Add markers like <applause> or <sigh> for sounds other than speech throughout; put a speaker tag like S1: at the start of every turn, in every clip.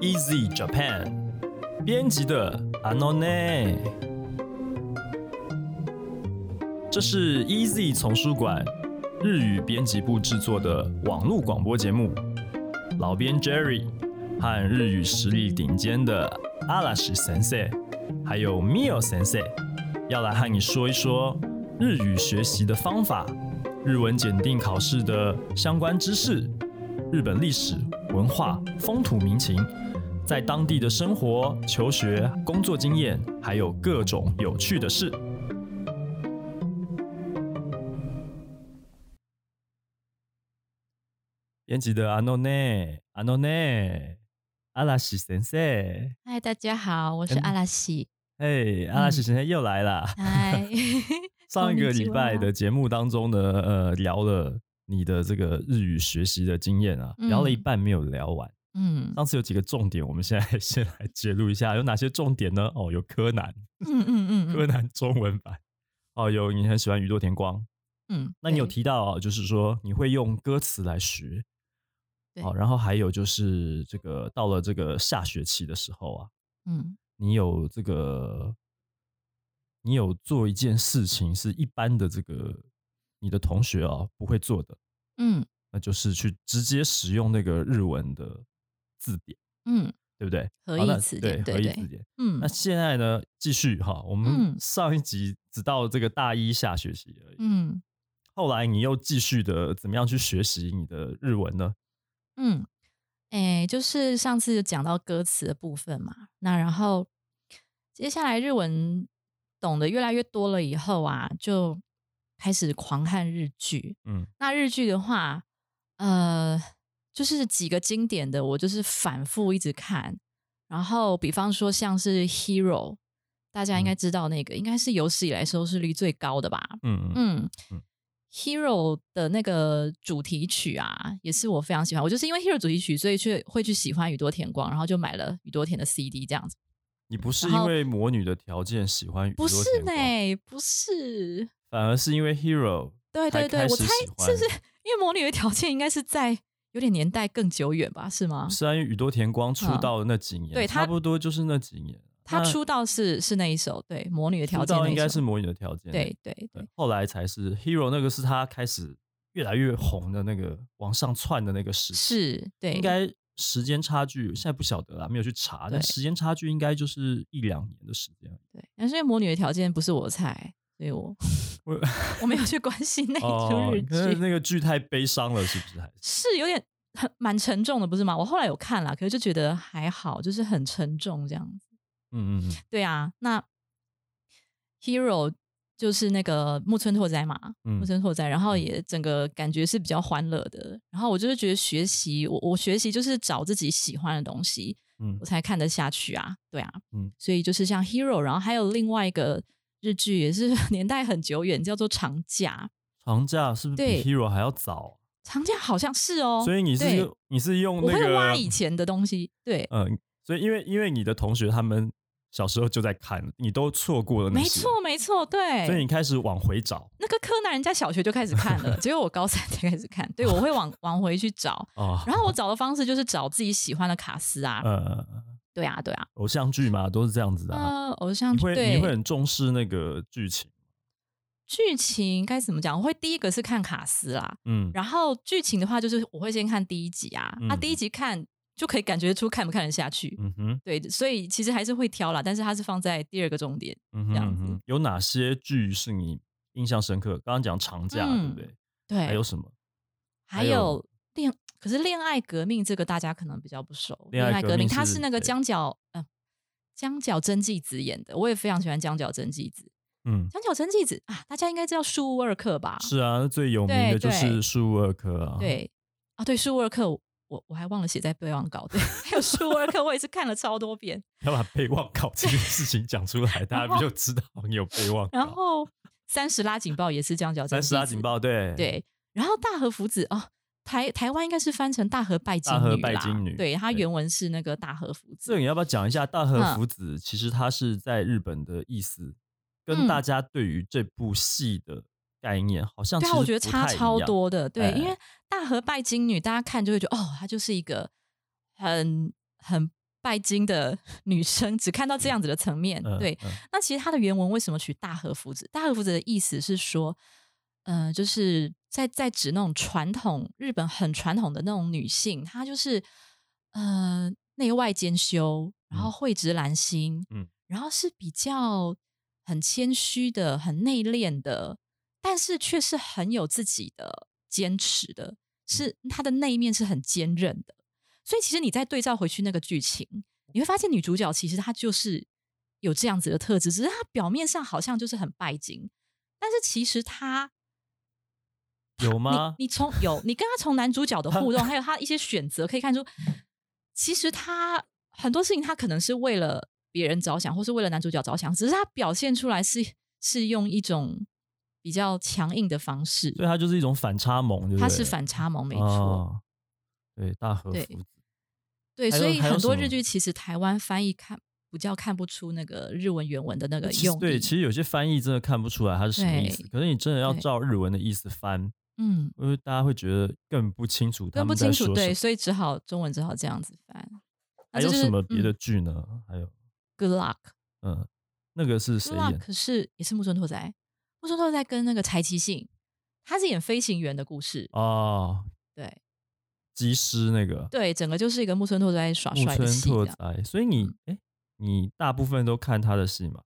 S1: Easy Japan，编辑的 Anone。这是 Easy 丛书馆日语编辑部制作的网络广播节目，老编 Jerry 和日语实力顶尖的阿拉什先生，还有 Mio 先生，要来和你说一说日语学习的方法、日文检定考试的相关知识、日本历史文化、风土民情，在当地的生活、求学、工作经验，还有各种有趣的事。编辑的阿诺内，阿诺内，阿拉西先生，
S2: 嗨，大家好，我是
S1: 嗯
S2: 阿拉西。
S1: 嘿，哎阿拉西先生又来啦。 <laughs>
S2: 嗨，
S1: 上一个礼拜
S2: こんにち
S1: 的
S2: は
S1: 节目当中呢，呃，聊了你的这个日语学习的经验啊，
S2: 嗯
S1: 聊了一半没有聊完。
S2: 嗯
S1: 上次有几个重点，我们现在 <laughs> 先来揭露一下，有哪些重点呢？哦，有柯南，
S2: 嗯嗯嗯
S1: 柯
S2: 嗯
S1: 南中文版。哦，有你很喜欢宇多田光，
S2: 嗯，
S1: 那你有
S2: 对
S1: 提到、啊，就是说你会用歌词来学。
S2: 对
S1: 哦，然后还有就是这个到了这个下学期的时候啊，
S2: 嗯
S1: 你有这个，你有做一件事情是一般的这个你的同学哦不会做的，
S2: 嗯
S1: 那就是去直接使用那个日文的字典，
S2: 嗯
S1: 对不对？
S2: 合
S1: 好
S2: 意
S1: 那
S2: 词
S1: 对
S2: 典对
S1: 合意
S2: 对
S1: 词典。
S2: 嗯
S1: 那现在呢，继续哈，我们
S2: 嗯
S1: 上一集只到这个大一下学期而已，
S2: 嗯
S1: 后来你又继续的怎么样去学习你的日文呢？
S2: 嗯，哎，就是上次有讲到歌词的部分嘛，那然后接下来日文懂得越来越多了以后啊，就开始狂看日剧。
S1: 嗯，
S2: 那日剧的话，呃，就是几个经典的，我就是反复一直看。然后，比方说像是《Hero》，大家应该知道那个，应该是有史以来收视率最高的吧？
S1: 嗯嗯
S2: 嗯。
S1: 嗯
S2: Hero 的那个主题曲啊，也是我非常喜欢。我就是因为 Hero 主题曲，所以去会去喜欢宇多田光，然后就买了宇多田的 CD 这样子。
S1: 你不是
S2: 然
S1: 因
S2: 后
S1: 为魔女的条件喜欢宇
S2: 不
S1: 多
S2: 是
S1: 田
S2: 呢
S1: 光，，
S2: 不是，
S1: 反而是因为 Hero
S2: 对
S1: 才
S2: 对对，
S1: 开
S2: 我
S1: 始
S2: 猜
S1: 喜
S2: 是不是
S1: 欢
S2: 因为魔女的条件应该是在有点年代更久远吧？是吗？
S1: 虽然啊宇多田光出
S2: 嗯
S1: 道的那几年，
S2: 对
S1: 差
S2: 他
S1: 不多就是那几年。
S2: 他
S1: 那
S2: 出道是是那一首，对，魔女的条
S1: 出
S2: 件
S1: 道
S2: 那
S1: 应
S2: 一
S1: 该
S2: 首
S1: 是魔女的条件，
S2: 对对
S1: 对
S2: 对，
S1: 后来才是 Hero 那个是他开始越来越红的那个往上窜的那个时期，
S2: 是，对，
S1: 应该时间差距现在不晓得啦，没有去查，但
S2: 对
S1: 时间差距应该就是一两年的时
S2: <laughs>
S1: 间。
S2: 对。但是因为魔女的条件不是我的菜，所以我
S1: 我
S2: <laughs> 我没有去关心那一
S1: 哦
S2: 哎出日，
S1: 可是
S2: 剧，
S1: 那个剧太悲伤了，是不是？
S2: <laughs>
S1: 还是
S2: 是有点很蛮沉重的，不是吗？我后来有看啦，可是就觉得还好，就是很沉重这样子。
S1: 嗯嗯嗯，
S2: 对啊，那 Hero 就是那个木村拓哉嘛，
S1: 嗯
S2: 木村拓哉，然后
S1: 嗯
S2: 也整个感觉是比较欢乐的。然后我就是觉得学习，我我学习就是找自己喜欢的东西，
S1: 嗯
S2: 我才看得下去啊。对啊，
S1: 嗯
S2: 嗯，所以就是像 Hero，然后还有另外一个日剧也是 <laughs> 年代很久远，叫做《长假
S1: 长假是不是比
S2: 对
S1: Hero 还要早？》。
S2: 长假好像是哦，
S1: 所以你
S2: 对
S1: 是你是用
S2: 我
S1: 那
S2: 会
S1: 个
S2: 挖以前的东西，对，
S1: 嗯，所以因为因为你的同学他们小时候就在看，你都错过了那
S2: 没
S1: 些，
S2: 错欸没错，对，
S1: 所以你开始往回找
S2: 那个柯南人家小学就开始看
S1: <laughs>
S2: 了，只有我高三才开始看。对，我会往往回去找，
S1: 啊，
S2: 然后我找的方式就是找自己喜欢的卡斯啊，
S1: 呃，
S2: 对啊，对啊，
S1: 偶像剧嘛都是这样子的、啊，
S2: 呃，偶像
S1: 你会
S2: 对
S1: 你会很重视那个剧情，
S2: 剧情该怎么讲？我会第一个是看卡斯啦，
S1: 嗯，
S2: 然后剧情的话就是我会先看第一集啊，
S1: 嗯
S2: 啊，第一集看就可以感觉出看不看得下去，
S1: 嗯哼，
S2: 对，所以其实还是会挑啦，但是它是放在第二个重点，
S1: 嗯哼，
S2: 这样
S1: 嗯
S2: 子
S1: 哼有哪些剧是你印象深刻？刚刚讲长假，对不
S2: 嗯
S1: 对？
S2: 对，
S1: 还有什么？还
S2: 还
S1: 有
S2: 有恋，可是恋爱革命这个大家可能比较不熟。
S1: 恋爱革
S2: 革
S1: 命
S2: 命，它
S1: 是
S2: 是那个
S1: 谁
S2: 江角，嗯、江角真纪子演的，我也非常喜欢江角真纪子。
S1: 嗯，
S2: 江角真纪子啊，大家应该知道树屋二课吧？
S1: 是啊，最有名
S2: 对
S1: 的就
S2: 对
S1: 是树二科啊，，
S2: 对啊，对树屋二课，我我还忘了写在备忘稿。对， <laughs> 还有树屋二课，我也是看了超多遍。
S1: 要把备忘稿这件事情讲
S2: <laughs>
S1: 出来，大家
S2: 后
S1: 不就知道你有备忘
S2: 然
S1: 稿？
S2: 后三十拉警报也是江角真
S1: 哦三十
S2: 纪子。
S1: 大警报，对，
S2: 对，然后大和福子哦。台台湾应该是翻成大和拜金
S1: 大和
S2: 女
S1: 拜
S2: 啦
S1: 金女
S2: 对，它
S1: 对
S2: 原文是那个大和福
S1: 这个
S2: 子，
S1: 你要不要讲一下大和
S2: 嗯
S1: 福子？其实它是在日本的意思，跟
S2: 嗯
S1: 大家对于这部戏的概念好像其
S2: 对
S1: 实
S2: 啊，我觉得
S1: 不
S2: 差
S1: 太一
S2: 超
S1: 样。
S2: 多的。对，因
S1: 哎
S2: 为大和拜金女，大家看就会觉得哦，她就是一个很很拜金的女生只看到这样子的层面。
S1: 嗯
S2: 对，，
S1: 嗯
S2: 那其实它的原文为什么取大和福子？大和福子的意思是说，呃，就是在在指那种传统日本很传统的那种女性，她就是呃内外兼修，然后
S1: 嗯
S2: 蕙质兰心，
S1: 嗯
S2: 嗯，然后是比较很谦虚的、很内敛的，但是却是很有自己的坚持的，是她的那一面是很坚韧的。所以其实你再对照回去那个剧情，你会发现女主角其实她就是有这样子的特质，只是她表面上好像就是很拜金，但是其实她
S1: 有吗？
S2: 你你从有你跟她从男主角的互动，还有她一些选择，可以看出，其实她很多事情她可能是为了别人着想，或是为了男主角着想，只是她表现出来是是用一种比较强硬的方式，
S1: 所以它就是一种反差萌，对不对？
S2: 她是反差萌，没错。
S1: 哦对，大和
S2: 对
S1: 福子
S2: 对，
S1: 还
S2: 所
S1: 有
S2: 以
S1: 还有
S2: 很多
S1: 什么
S2: 日剧其实台湾翻译看比较看不出那个日文原文的那个
S1: 其实
S2: 用意。
S1: 对，其实有些翻译真的看不出来它是什么意思，
S2: 对
S1: 可是你真的要
S2: 对
S1: 照日文的意思翻，
S2: 嗯，
S1: 因为大家会觉得更不清楚他
S2: 分不
S1: 们在
S2: 清楚，
S1: 说什
S2: 对，
S1: 么。
S2: 所以只好中文只好这样子翻。那
S1: 还
S2: 这
S1: 有
S2: 就是
S1: 什么别的
S2: 嗯
S1: 剧呢？还有，
S2: ？Good luck，Good
S1: 嗯，那个是谁演？
S2: luck 是也是木村拓哉，木村拓哉跟那个柴崎幸，他是演飞行员的故事，
S1: 哦，
S2: 对
S1: 机师那个
S2: 对，整个就是一个木村拓哉耍
S1: 木
S2: 帅的
S1: 村
S2: 戏这
S1: 拓
S2: 样。嗯
S1: 哉。所以你，哎，你大部分都看他的戏嘛？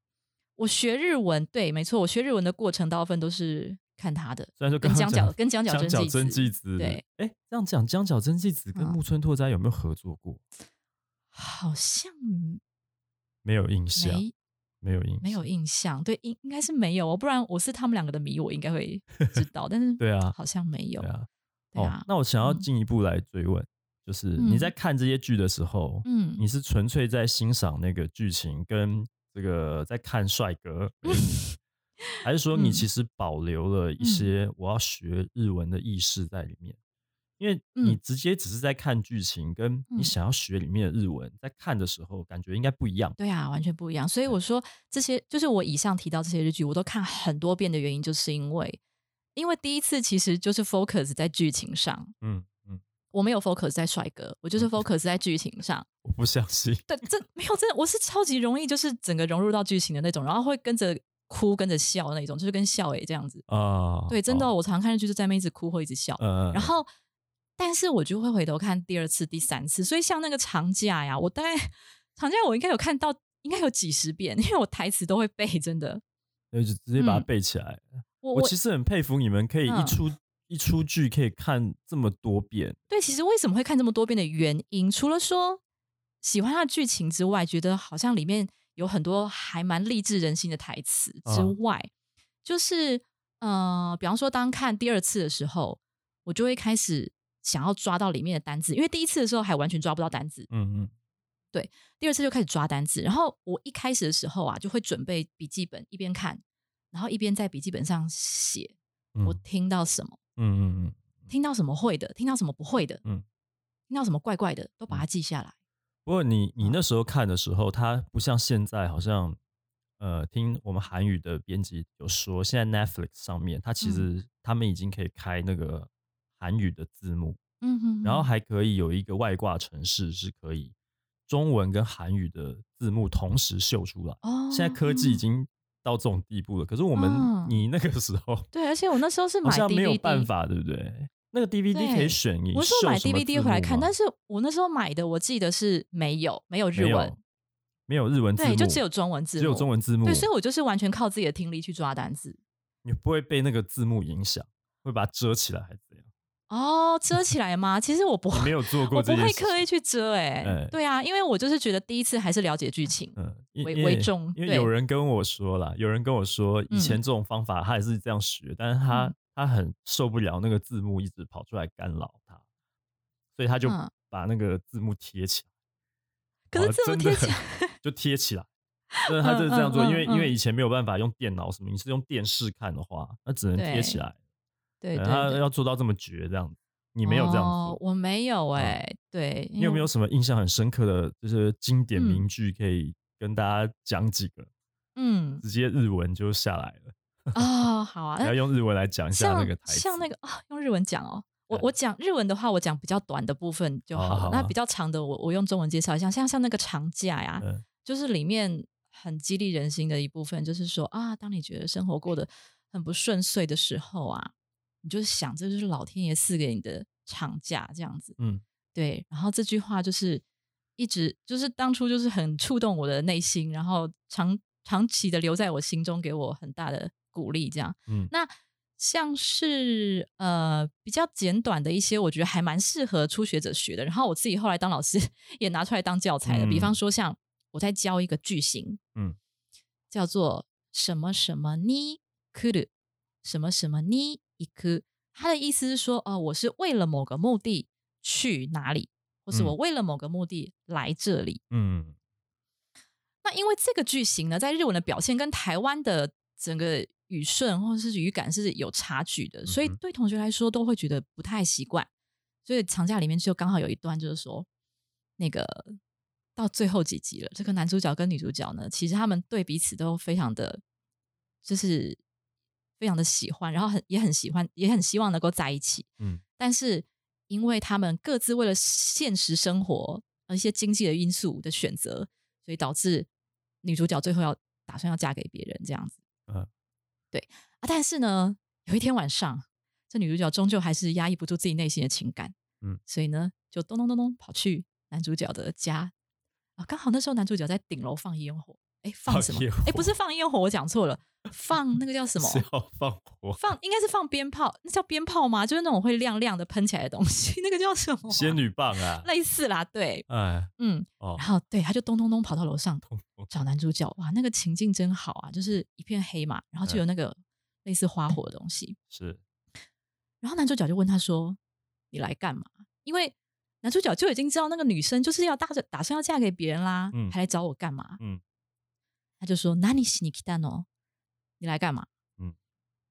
S2: 我学日文，对，没错，我学日文的过程大部分都是看
S1: <laughs>
S2: 他的，
S1: 虽然说刚
S2: 跟
S1: 刚
S2: 江角
S1: 讲
S2: 跟江角
S1: 江角真
S2: 真
S1: 纪
S2: 纪
S1: 子，
S2: 对，
S1: 哎，这样讲江角真纪子跟
S2: 嗯
S1: 木村拓哉有没有合作过？
S2: 好像
S1: 没有印象，
S2: 没
S1: 没有印象，
S2: 没有印象，对，应应该是没有哦，不然我是他们两个的迷，我应该会知道，但
S1: <laughs>
S2: 是
S1: 对啊
S2: 好像没有
S1: 对，啊。
S2: 对
S1: 哦
S2: 啊，，
S1: 那我想要
S2: 嗯
S1: 进一步来追问，就是你
S2: 嗯
S1: 在看这些剧的时候，
S2: 嗯，
S1: 你是纯粹在欣赏那个剧情，跟这个在看帅哥美女，
S2: <laughs>
S1: 还是说你
S2: 嗯
S1: 其实保留了一些我要学日文的意识在里面？因为你
S2: 嗯
S1: 直接只是在看剧情，跟你
S2: 嗯
S1: 想要学里面的日文，在看的时候感觉应该不一样。
S2: 对啊，完全不一样。所以
S1: 对
S2: 我说这些，就是我以上提到这些日剧，我都看很多遍的原因，就是因为，因为第一次其实就是 focus 在剧情上，
S1: 嗯嗯，
S2: 我没有 focus 在帅哥，我就是 focus 在剧情上。
S1: 我不相
S2: <laughs>
S1: 信。
S2: 对，这没有真的，我是超级容易就是整个融入到剧情的那种，然后会跟着哭跟着笑那种，就是跟笑诶、这样子。
S1: 啊，
S2: 对，真的哦、
S1: 哦，
S2: 我常常看日剧就在那边一直哭或一直笑。
S1: 嗯，
S2: 然后，但是我就会回头看第二次、第三次，所以像那个长假呀，我大概长假我应该有看到，应该有几十遍，因为我台词都会背，真的。
S1: 那就直接把它
S2: 嗯
S1: 背起来。
S2: 我
S1: 我
S2: 我
S1: 其实很佩服你们，可以一
S2: 嗯
S1: 出、一出剧可以看这么多遍。
S2: 对，其实为什么会看这么多遍的原因，除了说喜欢它的剧情之外，觉得好像里面有很多还蛮励志人心的台词之
S1: 啊
S2: 外，就是呃，比方说当看第二次的时候，我就会开始想要抓到里面的单字，因为第一次的时候还完全抓不到单字，
S1: 嗯嗯，
S2: 第二次就开始抓单字，然后我一开始的时候啊，就会准备笔记本，一边看，然后一边在笔记本上写
S1: 嗯
S2: 我听到什么，
S1: 嗯嗯嗯，
S2: 听到什么会的，听到什么不会的，
S1: 嗯
S2: 嗯，听到什么怪怪的，都把它记下来。
S1: 不过你
S2: 嗯
S1: 你那时候看的时候，它不像现在好像，呃，听我们韩语的编辑有说，现在 Netflix 上面它
S2: 嗯
S1: 其实他们已经可以开那个韩语的字幕，
S2: 嗯哼哼
S1: 然后还可以有一个外挂程式是可以中文跟韩语的字幕同时秀出来。
S2: 哦
S1: 现在科技已经到这种地步了，可是我们、
S2: 嗯
S1: 你那个时候
S2: 对，而且我那时候是
S1: 好
S2: 买
S1: 像
S2: DVD，
S1: 没有办法，对不对？那个 DVD 可以
S2: 对
S1: 选你
S2: 我是买
S1: 秀什么字
S2: DVD 回来看，
S1: 幕吗
S2: 但是我那时候买的，我记得是没有没有日
S1: 没有
S2: 文，
S1: 没有日文字幕，
S2: 对，就只有中文字幕，
S1: 只有中文字幕，
S2: 对，所以我就是完全靠自己的听力去抓单字。
S1: 你不会被那个字幕影响，会把它遮起来还是怎样？
S2: 哦，遮起来吗？其实我不
S1: 你没有做过
S2: 我
S1: 这
S2: 不
S1: 件
S2: 会
S1: 事情，
S2: 刻意去遮、欸，哎、
S1: 哎
S2: 对啊，因为我就是觉得第一次还是了解剧情，
S1: 嗯，因
S2: 为
S1: 因
S2: 为重
S1: 因为
S2: 对
S1: 有人跟我说啦，有人跟我说，以前
S2: 嗯
S1: 这种方法他也是这样学，但是他、
S2: 嗯
S1: 他很受不了那个字幕一直跑出来干扰他，所以他就
S2: 嗯
S1: 把那个字幕贴起来。
S2: 可是
S1: 哇
S2: 字幕
S1: 真
S2: 贴
S1: 的 <laughs>
S2: 起来，
S1: 就贴起来。
S2: <laughs>
S1: 真的，他就是这样做，
S2: 嗯嗯
S1: 因为因为
S2: 嗯
S1: 以前没有办法用电脑什么，你是用电视看的话，那只能贴起来。嗯
S2: 对对
S1: 他
S2: 对，
S1: 要做到这么绝，这样子，你没有这样
S2: 哦
S1: 做。
S2: 我没有
S1: 嗯
S2: 哎、对，
S1: 你有没有什么印象很深刻的，就是经典
S2: 嗯
S1: 名句可以跟大家讲几个？
S2: 嗯
S1: 直接日文就下来了，
S2: 哦，好啊，呃
S1: 要用日文来讲一下
S2: 像
S1: 那个台词。哎
S2: 像那个啊、用日文讲哦，我我讲日文的话，我讲比较短的部分就好
S1: 哦
S2: 了。
S1: 好好好
S2: 那比较长的我，我用中文介绍一下，像像那个长假呀、
S1: 嗯
S2: 就是里面很激励人心的一部分，就是说啊，当你觉得生活过得很不顺遂的时候啊，你就想这就是老天爷赐给你的长假这样子。
S1: 嗯，
S2: 对。然后这句话就是一直就是当初就是很触动我的内心，然后长长期的留在我心中，给我很大的鼓励。这样，
S1: 嗯
S2: 那像是呃比较简短的一些，我觉得还蛮适合初学者学的。然后我自己后来当老师 <laughs> 也拿出来当教材的，比
S1: 嗯
S2: 方说像我在教一个句型，
S1: 嗯，
S2: 叫做什么什么你 k u 什么什么你 iku，它的意思是说，哦、我是为了某个目的去哪里，或是
S1: 嗯
S2: 我为了某个目的来这里。
S1: 嗯
S2: 那因为这个句型呢，在日文的表现跟台湾的整个语顺或者是语感是有差距的，所以
S1: 嗯哼
S2: 对同学来说都会觉得不太习惯。所以长假里面就刚好有一段就是说，那个到最后几集了，这个男主角跟女主角呢，其实他们对彼此都非常的，就是非常的喜欢，然后很也很喜欢，也很希望能够在一起。
S1: 嗯，
S2: 但是因为他们各自为了现实生活呃一些经济的因素的选择，所以导致女主角最后要打算要嫁给别人这样子。
S1: 嗯，
S2: 对啊，但是呢，有一天晚上，这女主角终究还是压抑不住自己内心的情感，
S1: 嗯，
S2: 所以呢，就咚咚咚咚跑去男主角的家啊，刚好那时候男主角在顶楼放烟火，哎，放
S1: 放
S2: 什么
S1: 烟？
S2: 哎，不是放烟火，我讲
S1: <laughs>
S2: 错了，放那个叫什么？
S1: 是要放火？
S2: 放应该是放鞭炮，那叫鞭炮吗？就是那种会亮亮的喷起来的东西， <laughs> 那个叫什么啊、
S1: 仙女棒啊！
S2: 类似啦，对，
S1: 哎
S2: 嗯， <laughs>
S1: 哦
S2: 然后对，他就咚咚咚跑到楼上
S1: 咚
S2: 找男主角，哇，那个情境真好啊，就是一片黑嘛，然后就有
S1: 嗯
S2: 那个类似花火的东西，
S1: 是
S2: 然后男主角就问他说：“你来干嘛？”因为男主角就已经知道那个女生就是要打着打算要嫁给别人啦，
S1: 嗯
S2: 还来找我干嘛？
S1: 嗯
S2: 他就说：“那你是你 k i 哦，你来干嘛？”
S1: 嗯，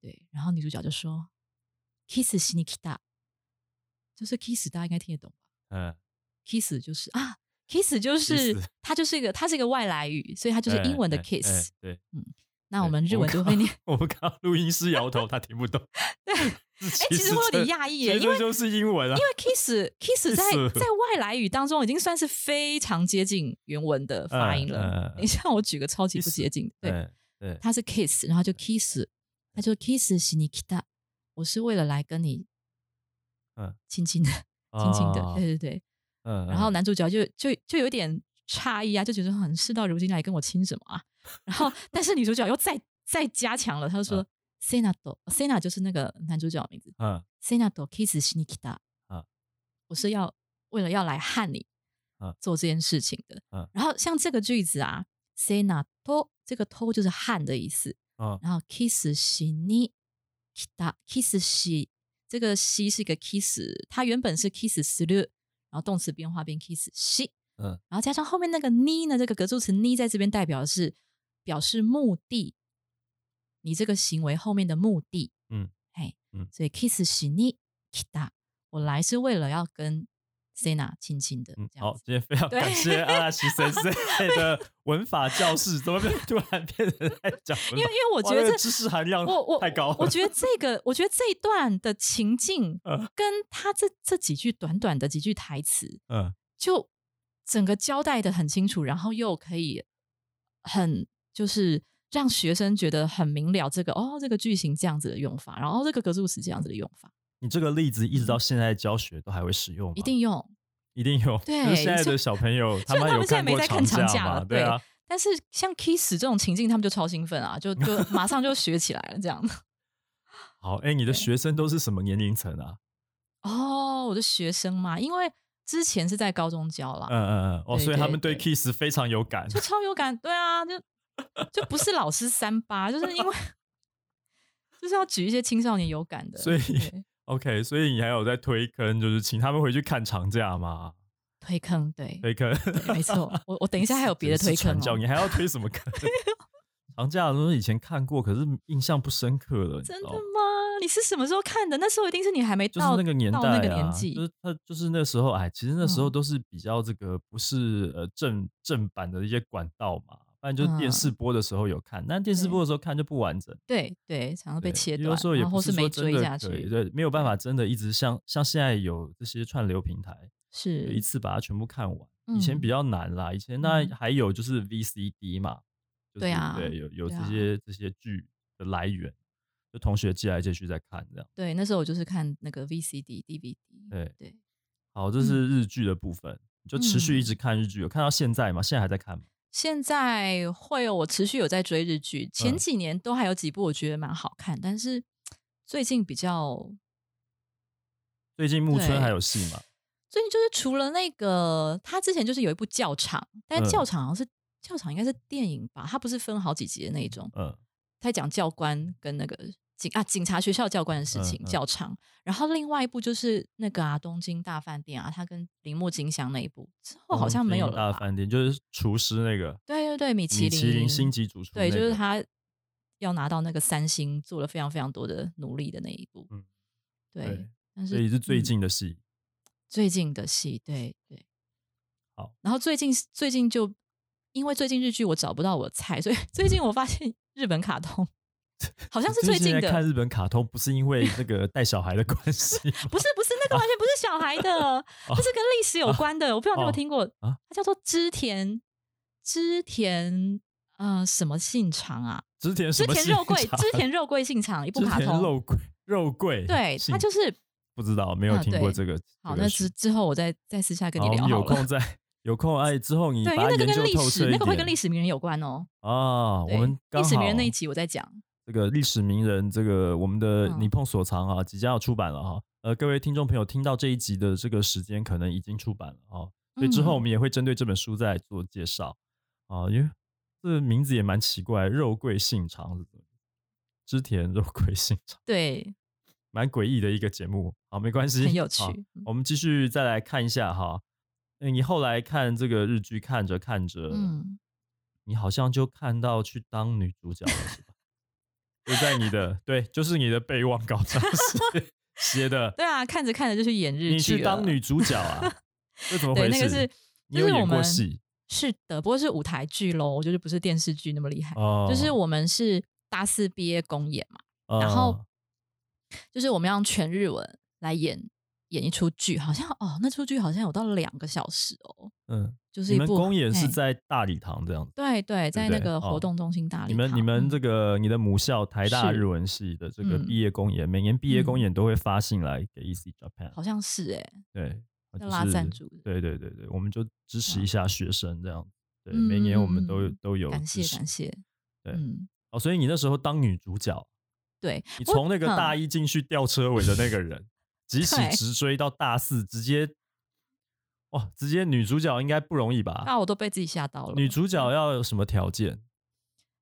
S2: 对。然后女主角就说：“kiss 是你 k i 就是 kiss，大家应该听得懂吧
S1: 嗯
S2: ？kiss 就是啊，kiss 就是
S1: ，kiss
S2: 它就是一个它是一个外来语，所以它就是英文的
S1: 哎哎
S2: kiss。
S1: 哎对，
S2: 那我
S1: 哎
S2: 们日文就会念， <laughs>
S1: 我们刚刚录音师摇头，他听不懂。对，
S2: 哎、其实我有点讶异耶，
S1: 这
S2: 因为
S1: 就是英文啊
S2: 因。为 kiss kiss 在
S1: kiss
S2: 在外来语当中已经算是非常接近原文的发音
S1: 嗯嗯嗯
S2: 了
S1: 嗯。
S2: 等一下，我举个超级不
S1: kiss，嗯
S2: 接近的，对，
S1: 哎对，
S2: 它是 kiss，然后就 kiss，它就 kiss 是你 kita，我是为了来跟你，
S1: 嗯，
S2: 亲亲的，亲亲的，
S1: 哦
S2: 对对对。
S1: 嗯，
S2: 然后男主角就就就有点诧异啊，就觉得很事到如今来跟我亲什么啊？然后但是女主角又再再加强了，她就说 Sena do Sena 就是那个男主角的名字
S1: 嗯
S2: Sena do kiss しに来た
S1: 嗯
S2: 我是要为了要来和你
S1: 嗯
S2: 做这件事情的。
S1: 嗯
S2: 然后像这个句子啊，Sena do 这个 to 就是和的意思，
S1: 嗯
S2: 然后 kiss しに来た kiss し这个し是一个 kiss，它原本是 kiss する，然后动词变化变 kiss し，
S1: 嗯，
S2: 然后加上后面那个呢呢，这个格助词呢在这边代表的是表示目的，你这个行为后面的目的，
S1: 嗯，
S2: 嘿，
S1: 嗯
S2: 所以 kiss しに来た，我来是为了要跟 Sena 亲亲的，
S1: 嗯
S2: 这样
S1: 好
S2: 子，，
S1: 今天非常
S2: 对
S1: 感谢阿拉西先
S2: <laughs>
S1: 生的文法教室，怎么会突然变成在讲文法？
S2: 因为因为我
S1: 哇
S2: 觉得
S1: 那个
S2: 这
S1: 知识含量 <laughs>
S2: 我我
S1: 太高了，
S2: 我觉得这个，我觉得这一段的情境
S1: 嗯，
S2: 跟他这这几句短短的几句台词，
S1: 嗯
S2: 就整个交代的很清楚，然后又可以很就是让学生觉得很明了这个哦，这个句型这样子的用法，然后哦这个格助词这样子的用法，
S1: 你这个例子一直到现在教学都还会使用吗？
S2: 嗯一定用。
S1: 一定有，
S2: 对
S1: 就是现在
S2: 所
S1: 的
S2: 以
S1: 小朋友
S2: 所以
S1: 们
S2: 他
S1: 有
S2: 们现在没
S1: 过
S2: 在看长假
S1: 假嘛？
S2: 了
S1: 对啊，
S2: 但是像 kiss 这种情境，他们就超兴奋啊，
S1: <laughs>
S2: 就就马上就学起来了这样。
S1: 好，哎，你的学生都是什么年龄层啊？
S2: 哦，我的学生嘛，因为之前是在高中教啦，
S1: 嗯嗯嗯，哦，
S2: 啊对
S1: 所以他
S2: 对
S1: 们对
S2: 对
S1: kiss 非常有感，
S2: 就超有感，对啊，就就不是老师三八，就是
S1: <laughs>
S2: 因为就是要举一些青少年有感的，
S1: 所以
S2: 对
S1: OK，所以你还有在推坑，就是请他们回去看长假吗？
S2: 推坑，
S1: <laughs>
S2: 对，
S1: 推坑，
S2: 对没错，我我等一下还有别的推坑、
S1: 传教，
S2: 哦，
S1: 你还要推什么坑？ <laughs> 长假的东西以前看过，可是印象不深刻了，你知
S2: 真的
S1: 道
S2: 吗
S1: 吗？？
S2: 你是什么时候看的？那时候一定是你还没
S1: 哦就是
S2: 到
S1: 那个年代
S2: 到
S1: 啊，
S2: 那个年纪，
S1: 就是他就是那时候，哎，其实那时候
S2: 嗯
S1: 都是比较这个不是呃正正版的一些管道嘛，不然就电视
S2: 嗯
S1: 播的时候有看，但电视播的时候看就不完整，
S2: 对对，常常被
S1: 对
S2: 切
S1: 有
S2: 断
S1: 的时候，也
S2: 然后
S1: 不
S2: 或
S1: 是
S2: 没
S1: 说真
S2: 追下
S1: 的可以，
S2: 去，
S1: 对，没有办法真的一直像像现在有这些串流平台，有一
S2: 是
S1: 次把它全部看完。以前比
S2: 较
S1: 较难啦，以前那
S2: 嗯
S1: 还有就是 VCD 嘛，就是
S2: 对啊
S1: 对，有有
S2: 对
S1: 这
S2: 啊
S1: 些、这些剧的来源，就同学借来借去在看这样。
S2: 对。那时候我就是看那个 VCD、DVD，
S1: 对
S2: 对，
S1: 好，这是日剧的部分，你就持续一
S2: 嗯
S1: 直看日剧，有看到现在吗？现在还在看吗？
S2: 现在会有我持续有在追日剧，前
S1: 嗯
S2: 几年都还有几部我觉得蛮好看，但是最近比较
S1: 最近木村还
S2: 对
S1: 有戏嘛？
S2: 最近就是除了那个他之前就是有一部教场，但
S1: 嗯
S2: 教场好像是、教场应该是电影吧，它不是分好几集的那一种，
S1: 嗯，
S2: 他讲教官跟那个警啊警察学校教官的事情、
S1: 嗯嗯
S2: 教场，然后另外一部就是那个啊东京大饭店啊，他跟铃木金香那一部之后好像没有
S1: 东京哦大
S2: 了吧？
S1: 饭店就是厨师那个
S2: 对对对，米其
S1: 米其林
S2: 林
S1: 星级主厨、那
S2: 对，就是
S1: 个。
S2: 他要拿到那个三星，做了非常非常多的努力的那一部。
S1: 嗯
S2: 对，
S1: 对
S2: 但是
S1: 所以是最
S2: 嗯
S1: 近的戏，
S2: 最近的戏，对对。
S1: 好，
S2: 然后最近最近就因为最近日剧我找不到我菜，所以最近我发现日本
S1: <laughs>
S2: 卡通好像是
S1: 你
S2: 最近
S1: 在看
S2: 的，
S1: 日本卡通，不是因为那个 <laughs> 带小孩的关系吗 <laughs>
S2: 不是不是那个完全不是小孩的，这是跟历史有关的。我不知道你有没有
S1: 哦
S2: 听过，
S1: 啊
S2: 它叫做织田织田呃什么信长啊？
S1: 织田什
S2: 织
S1: 么
S2: 田
S1: 信
S2: 肉桂
S1: 长
S2: 织田肉桂信长一部
S1: 织
S2: 卡
S1: 田
S2: 通，
S1: 肉桂肉桂，
S2: 对，
S1: 信
S2: 它就是
S1: 不知道，没有
S2: 嗯
S1: 听过这
S2: 对
S1: 个。
S2: 好，
S1: 这个
S2: 那
S1: 事
S2: 之之后我再再私下跟你
S1: 好我
S2: 聊
S1: 们
S2: 好
S1: 有
S2: 了。
S1: 空再有空
S2: <laughs>
S1: 哎，之后你
S2: 对，因
S1: 把
S2: 为
S1: 它
S2: 那个
S1: 研究
S2: 跟历
S1: 透彻
S2: 史
S1: 一
S2: 那个会跟
S1: 点
S2: 历史名人有关哦。
S1: 啊。我
S2: 对
S1: 们刚
S2: 历史名人那一
S1: 好
S2: 集我在讲，
S1: 这个历史名人，这个我们的
S2: 嗯
S1: 你碰所藏啊，即将要出版了哈。呃，各位听众朋友，听到这一集的这个时间，可能已经出版了哦。所以之后我
S2: 嗯
S1: 们也会针对这本书再做介绍啊，因为这个名字也蛮奇怪，肉桂信长是怎么织田肉桂信长，
S2: 对
S1: 蛮诡异的一个节目。好，没关系，
S2: 很有趣嗯
S1: 好。我们继续再来看一下哈。嗯，你后来看这个日剧，看着看着，
S2: 嗯，
S1: 你好像就看到去当女主角了，是吧？就在你的对，就是你的备忘稿上写写的，
S2: 对啊，看着看着就去演日剧
S1: 你去
S2: 了
S1: 当女主角
S2: <laughs>
S1: 啊？这怎么
S2: 对
S1: 回事？
S2: 那个是
S1: 你有
S2: 就是
S1: 演
S2: 我
S1: 过
S2: 们
S1: 戏
S2: 是的，不过是舞台剧喽，我觉得不是电视剧那么厉害。
S1: 哦？
S2: 就是我们是大四毕业公演嘛，
S1: 哦，
S2: 然后就是我们要用全日文来演演一出剧，好像哦，那出剧好像有到两个小时哦，
S1: 嗯，
S2: 就是
S1: 你
S2: 一
S1: 们
S2: 部
S1: 公演是
S2: 嘿
S1: 在大礼堂这样子。
S2: 对对，在
S1: 对
S2: 那个
S1: 哦
S2: 活动中心大礼
S1: 你
S2: 堂、
S1: 们你们
S2: 嗯
S1: 这个你的母校台大
S2: 是
S1: 日文系的这个
S2: 嗯
S1: 毕业公演，每年毕业公
S2: 嗯
S1: 演都会发信来给 EC Japan，
S2: 好像是哎、
S1: 对，啊
S2: 要
S1: 就
S2: 拉
S1: 是
S2: 赞助
S1: 对对对对，我们就支持一
S2: 哇
S1: 下学生这样。对，每年我们都有
S2: 嗯嗯嗯
S1: 都有
S2: 感
S1: 支
S2: 谢
S1: 持
S2: 感谢，
S1: 对
S2: 嗯，
S1: 哦，所以你那时候当女主角，
S2: 对，
S1: 你
S2: 我
S1: 从那个
S2: 嗯
S1: 大一进去吊车尾的那个人，急起
S2: 对
S1: 直追到大四，直接哇，直接女主角应该不容易吧？
S2: 啊，我都被自己吓到了。嗯
S1: 女主角要有什么条件？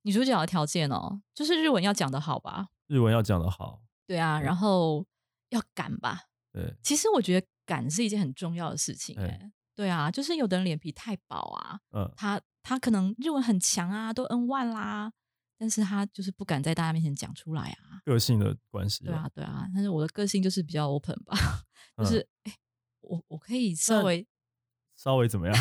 S2: 女主角的条件哦，就是日文要讲得好吧？
S1: 日文要讲得好，
S2: 对啊，
S1: 嗯
S2: 然后要敢吧。
S1: 对，
S2: 其实我觉得敢是一件很重要的事情、
S1: 哎
S2: 哎，对啊，就是有的人脸皮太薄啊，
S1: 嗯，
S2: 他他可能日文很强啊，都 N 万啦，但是他就是不敢在大家面前讲出来啊。
S1: 个性的关系，
S2: 对啊，，对啊，但是我的个性就是比较 open 吧， <laughs>
S1: 嗯
S2: 就是、哎，我我可以稍
S1: 那 <laughs>
S2: 微
S1: 稍微怎
S2: <laughs>
S1: 么样？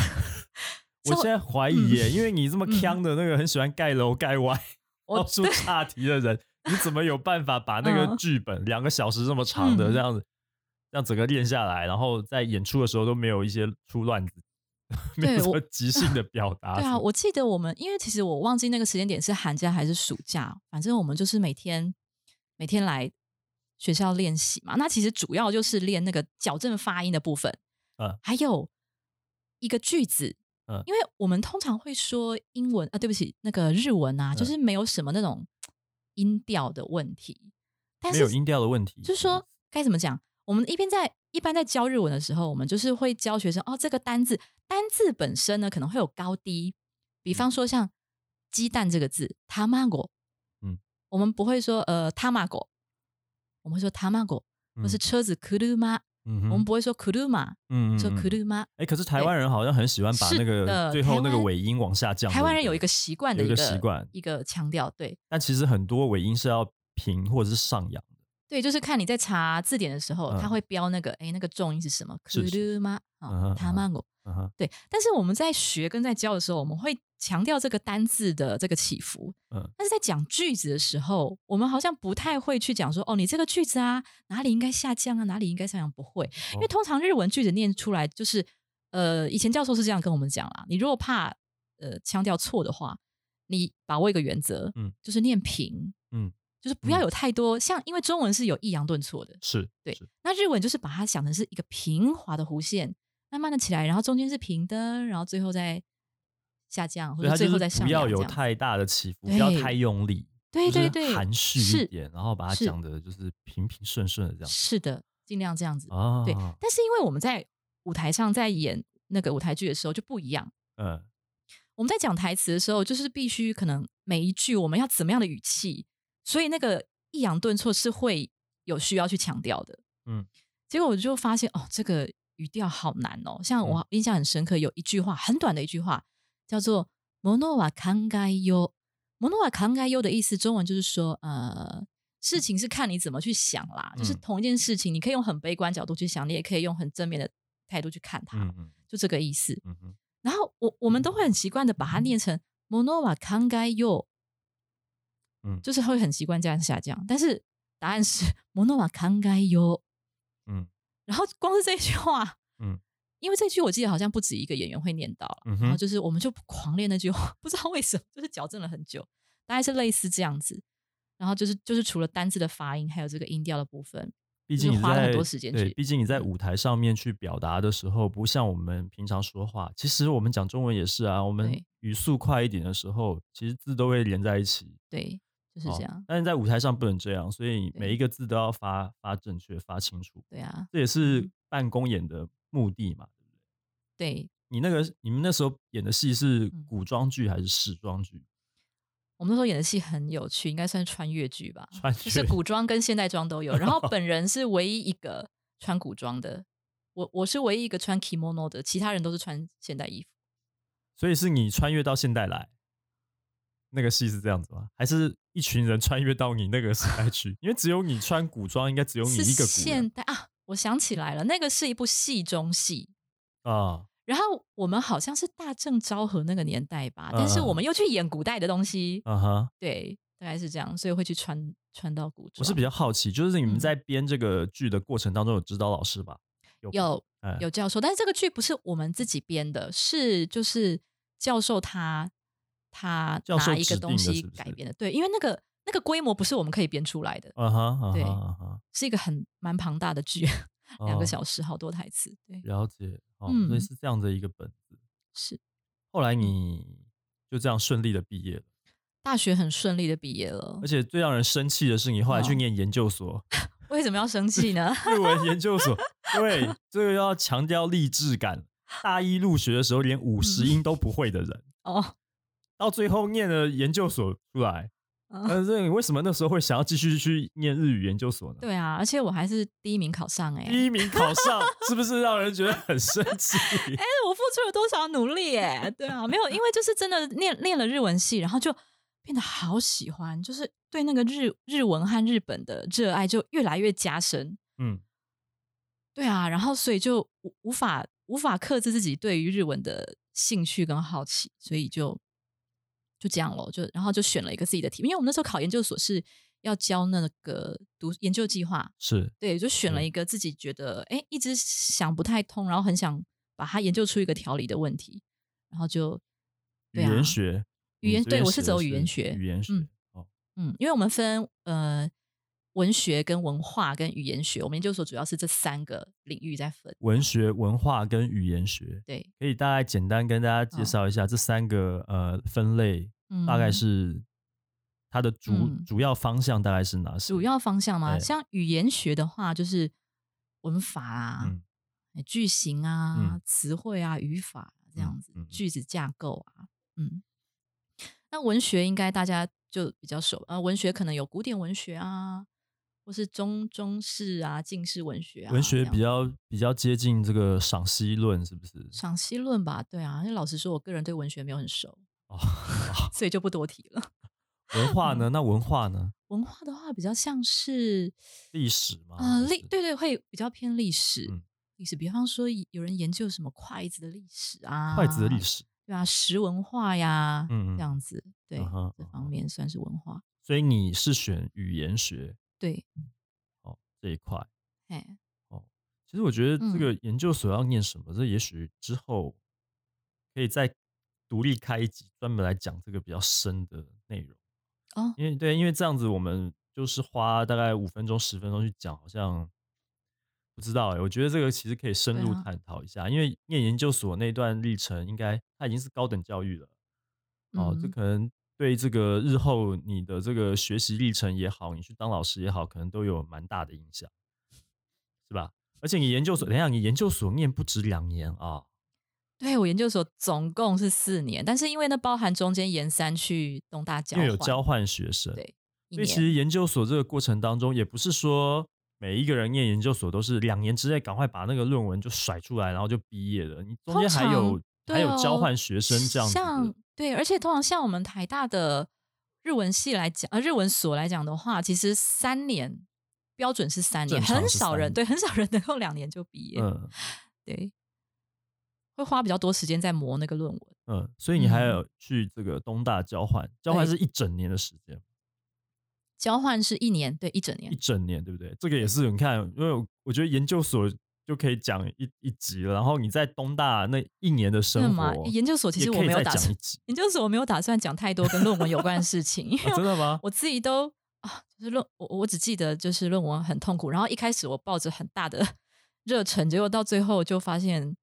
S1: 我
S2: 稍微
S1: 现在怀疑
S2: 嗯
S1: 耶，因为你这么
S2: 嗯
S1: 呛的那个很喜欢盖楼盖歪、
S2: <laughs> 我
S1: 到处岔题的人，你怎么有办法把那个
S2: 嗯
S1: 剧本两个小时这么长的
S2: 嗯
S1: 这样子，让整个练下来，然后在演出的时候都没有一些出乱子， <laughs> 没有
S2: 对
S1: 什么
S2: 我 <laughs>
S1: 即兴的表达
S2: 对
S1: 什
S2: 啊，
S1: 么？
S2: 我记得我们，因为其实我忘记那个时间点是寒假还是暑假，反正我们就是每天每天来学校练习嘛。那其实主要就是练那个矫正发音的部分，
S1: 嗯
S2: 还有一个句子，
S1: 嗯
S2: 因为我们通常会说英文啊，对不起，那个日文啊，
S1: 嗯
S2: 就是没有什么那种音调的问题，但
S1: 没
S2: 是
S1: 有音调的问题，
S2: 就是说该怎么讲？我们一边在一般在教日文的时候，我们就是会教学生哦，这个单字单字本身呢可能会有高低，比方说像鸡蛋这个字 t a m a g o
S1: 嗯，
S2: 我们不会说呃 t a m a g o 我们会说 t a m a g o
S1: 嗯
S2: 或是车子 kuruma，、
S1: 嗯哼，
S2: 我们不会说 kuruma，、
S1: 嗯嗯
S2: 说
S1: 嗯
S2: kuruma。
S1: 哎，可是台湾人好像很喜欢把
S2: 是
S1: 那个
S2: 的
S1: 最后
S2: 台
S1: 那个
S2: 湾
S1: 尾音往下降。
S2: 台湾人
S1: 对不对
S2: 有一个习惯的
S1: 有一
S2: 一
S1: 个
S2: 个
S1: 习惯
S2: 一个腔调，对
S1: 但其实很多尾音是要平或者是上扬的。
S2: 对，就是看你在查字典的时候，
S1: 嗯
S2: 它会标那个，哎，那个重音是什么？
S1: 是是
S2: kuruma
S1: 嗯哼
S2: 啊
S1: 嗯哼
S2: ，tamago。
S1: 嗯哼，
S2: 对，但是我们在学跟在教的时候，我们会强调这个单字的这个起伏。
S1: 嗯
S2: 但是在讲句子的时候，我们好像不太会去讲说，哦，你这个句子啊，哪里应该下降啊，哪里应该上扬，不会，因为
S1: 哦
S2: 通常日文句子念出来就是，呃，以前教授是这样跟我们讲啦，你如果怕呃腔调错的话，你把握一个原则，
S1: 嗯
S2: 就是念平，
S1: 嗯
S2: 就是不要
S1: 嗯
S2: 有太多、像，因为中文是有抑扬顿挫的，
S1: 是，
S2: 对
S1: 是，
S2: 那日文就是把它想成是一个平滑的弧线，慢慢的起来，然后中间是平的，然后最后再下降，或
S1: 所以
S2: 者
S1: 它
S2: 最
S1: 就
S2: 后再
S1: 是
S2: 上
S1: 不要
S2: 扬这
S1: 有
S2: 样。
S1: 太大的起伏，不要
S2: 对
S1: 太用力，
S2: 对
S1: 就
S2: 对
S1: 是
S2: 对，
S1: 含蓄一
S2: 是
S1: 点，然后把它
S2: 是
S1: 讲的就是平平顺顺的这样
S2: 是的，尽量这样子。
S1: 啊，
S2: 对，但是因为我们在舞台上在演那个舞台剧的时候就不一样，
S1: 嗯
S2: 我们在讲台词的时候，就是必须可能每一句我们要怎么样的语气，所以那个抑扬顿挫是会有需要去强调的。
S1: 嗯，
S2: 结果我就发现哦，这个语调好难哦。
S1: 嗯
S2: 像我印象很深刻，有一句话很短的一句话叫做“モノは考えよう”。モノは考えよう的意思，中文就是说，呃，事情是看你怎么去想啦。就是
S1: 嗯
S2: 同一件事情，你可以用很悲观角度去想，你也可以用很正面的态度去看它，
S1: 嗯嗯
S2: 就这个意思。
S1: 嗯哼，
S2: 然后我我们都会很习惯的把它念成 mono wa kangai yo，
S1: 嗯
S2: 就是会很习惯这样下降。但是答案是 mono wa kangai yo，
S1: 嗯
S2: 然后光是这句话，
S1: 嗯
S2: 嗯，因为这句我记得好像不止一个演员会念到了，
S1: 嗯
S2: 然后
S1: 哼，
S2: 就是我们就狂练那句话，不知道为什么，就是矫正了很久，大概是类似这样子。然后就是就是除了单字的发音，还有这个音调的部分，
S1: 毕
S2: 就
S1: 竟
S2: 是
S1: 你
S2: 花了很
S1: 在
S2: 多时间
S1: 对，
S2: 去嗯
S1: 毕竟你在舞台上面去表达的时候，不像我们平常说话，其实我们讲中文也是啊，我们
S2: 对
S1: 语速快一点的时候，其实字都会连在一起，
S2: 对，就是
S1: 哦
S2: 这样，嗯
S1: 但是在舞台上不能这样，所以
S2: 对
S1: 每一个字都要发发正确、发清楚，
S2: 对啊，
S1: 这也是
S2: 嗯
S1: 办公演的目的嘛。
S2: 对，
S1: 你那个你们那时候演的戏是
S2: 嗯
S1: 古装剧还是时装剧？
S2: 我们那时候演的戏很有趣，应该算穿越剧吧，
S1: 穿
S2: 就
S1: 越
S2: 是古装跟现代装都有。然后本人是唯一一个穿古装的，我我是唯一一个穿 kimono 的，其他人都是穿现代衣服。
S1: 所以是你穿越到现代来，那个戏是这样子吗？还是一群人穿越到你那个时代去？因为只有你穿古装，应该只有你
S2: 是
S1: 一个古
S2: 现
S1: 人
S2: 代啊，我想起来了，那个是一部戏中戏。
S1: 啊。
S2: 然后我们好像是大正昭和那个年代吧，
S1: 嗯
S2: 但是
S1: 嗯
S2: 我们又去演古代的东西，
S1: 啊哈！
S2: 对，大概是这样，所以会去穿穿到古装。
S1: 我是比较好奇，就是你们
S2: 嗯
S1: 在编这个剧的过程当中有指导老师吧？有吧
S2: 有
S1: 哎
S2: 有教授，但是这个剧不是我们自己编的，是就是教授他他
S1: 教授
S2: 拿一
S1: 指定
S2: 个东
S1: 的
S2: 西
S1: 是不
S2: 改
S1: 是
S2: 编的，对，因为那个那个规模不是我们可以编出来的，
S1: 啊哈啊哈
S2: 对
S1: 啊哈，
S2: 是一个很蛮庞大的剧，两个
S1: 哦
S2: 小时，好多台词，对，
S1: 了解哦，所以
S2: 嗯
S1: 是这样的一个本子。
S2: 是嗯
S1: 后来你就这样顺利的毕业
S2: 哦
S1: 了，
S2: 大学很顺利的毕业了
S1: 而，且最让人生气的是，你后来去
S2: 嗯
S1: 念研究所，
S2: 为什么要生气呢？ <laughs>
S1: 日文研究所。对，这个要强调励志感。大一入学的时候，连五十音都不会的人，
S2: 哦，
S1: 嗯到最后念了研究所出来，
S2: 嗯 <laughs>
S1: 但是你为什么那时候会想要继续去念日语研究所呢？
S2: 对啊，而且我还是第一名考上哎、
S1: 第一名考上，是不是让人觉得很生气？ <laughs>
S2: 但是哎我付出了多少努力耶、对啊，没有，因为就是真的练练了日文系，然后就变得好喜欢，就是对那个日日文和日本的热爱就越来越加深。
S1: 嗯，
S2: 对啊，然后所以就无无法无法克制自己对于日文的兴趣跟好奇，所以就就这样咯，就然后就选了一个自己的题目，因为我们那时候考研究所是要交那个读研究计划，
S1: 是
S2: 对，就选了
S1: 嗯
S2: 一个自己觉得哎、诶一直想不太通，然后很想把它研究出一个条理的问题，然后就
S1: 语
S2: 对啊
S1: 言学，嗯
S2: 语言
S1: 你这边
S2: 对我是
S1: 写的
S2: 走语言学
S1: 语言学
S2: 嗯
S1: 哦，
S2: 嗯，因为我们分呃文学、跟文化、跟语言学，我们研究所主要是这三个领域在分。
S1: 文学、文化跟语言学，
S2: 对，
S1: 可以大概简单跟大家介
S2: 嗯
S1: 绍一下这三个呃分类，
S2: 嗯，
S1: 大概是它的主、
S2: 嗯
S1: 主要方向大概是哪些？
S2: 主要方向吗？
S1: 哎
S2: 像语言学的话，就是文法啊、
S1: 嗯
S2: 哎句型啊、
S1: 嗯
S2: 词汇啊、语法啊这样
S1: 嗯
S2: 子，
S1: 嗯嗯
S2: 句子架构啊，嗯。那文学应该大家就比较熟，呃，文学可能有古典文学啊，或是中中式啊、近世文学啊，
S1: 文学
S2: 这样
S1: 比较比较接近这个赏析论，是不是？
S2: 赏析论吧，对啊。因为老实说，我个人对文学没有很熟，
S1: 哦， <laughs>
S2: 所以就不多提了。嗯
S1: 文化呢？那文化呢？
S2: 文化的话，比较像是
S1: 历史吗？
S2: 呃
S1: 还
S2: 历
S1: 是
S2: 对对会比较偏历史，
S1: 啊嗯
S2: 历史。比方说有人研究什么筷子的历史啊，
S1: 筷子的历史，
S2: 对啊，食文化呀，
S1: 嗯嗯
S2: 这样子，对、
S1: 嗯哼
S2: 这
S1: 嗯
S2: 方
S1: 哼
S2: 面算是文化。
S1: 所以你是选语言学
S2: 对，
S1: 哦这一块。
S2: 哎，
S1: 其实我觉得这
S2: 嗯
S1: 个研究所要念什么，这也许之后可以再独立开一集，专门来讲这个比较深的内容。
S2: 哦，
S1: 因为对，因为这样子我们就是花大概五分钟、十分钟去讲，好像不知道哎、我觉得这个其实可以深
S2: 对
S1: 入
S2: 啊
S1: 探讨一下，因为念研究所那段历程，应该它已经是高等教育了哦，这
S2: 嗯
S1: 可能对这个日后你的这个学习历程也好，你去当老师也好，可能都有蛮大的影响，是吧？而且你研
S2: 嗯
S1: 究所，等一下你研究所念不止两年啊、
S2: 对我研究所总共是四年，但是因为那包含中间研三去东大交
S1: 因为
S2: 换，
S1: 有交换学生，
S2: 对一
S1: 所以
S2: 年，
S1: 其实研究所这个过程当中，也不是说每一个人念研究所都是两年之内赶快把那个论文就甩出来，然后就毕业了。你中间还有、
S2: 通常
S1: 还有交
S2: 对哦
S1: 换学生这样子的
S2: 像，对，而且通常像我们台大的日文系来讲，呃，日文所来讲的话，其实三年标准是三年，
S1: 正常
S2: 很
S1: 是
S2: 少
S1: 三
S2: 人
S1: 年
S2: 对很少人能够两年就毕业，
S1: 嗯
S2: 对，会花比较多时间在磨那个论文。
S1: 嗯，所以你还
S2: 嗯
S1: 有去这个东大交换，交换
S2: 对
S1: 是一整年的时间，
S2: 交换是一年，对，一整
S1: 一
S2: 年，
S1: 整年，对不对？这个也是你看，因为我我觉得研究所就可以讲一一集了，然后你在东大那一年的
S2: 真的
S1: 生
S2: 吗
S1: 活？，
S2: 研究所其
S1: 也
S2: 实我
S1: 可以
S2: 没有
S1: 再
S2: 打
S1: 讲一
S2: 算，
S1: 集，
S2: 研究所我没有打算讲太多跟论文有关的事
S1: <laughs>
S2: 情，因
S1: 啊
S2: 为
S1: 真
S2: <laughs>
S1: 的吗？
S2: 我自己都啊，就是论我我只记得就是论文很痛苦，然后一开始我抱着很大的 <laughs> 热忱，结果到最后就发现，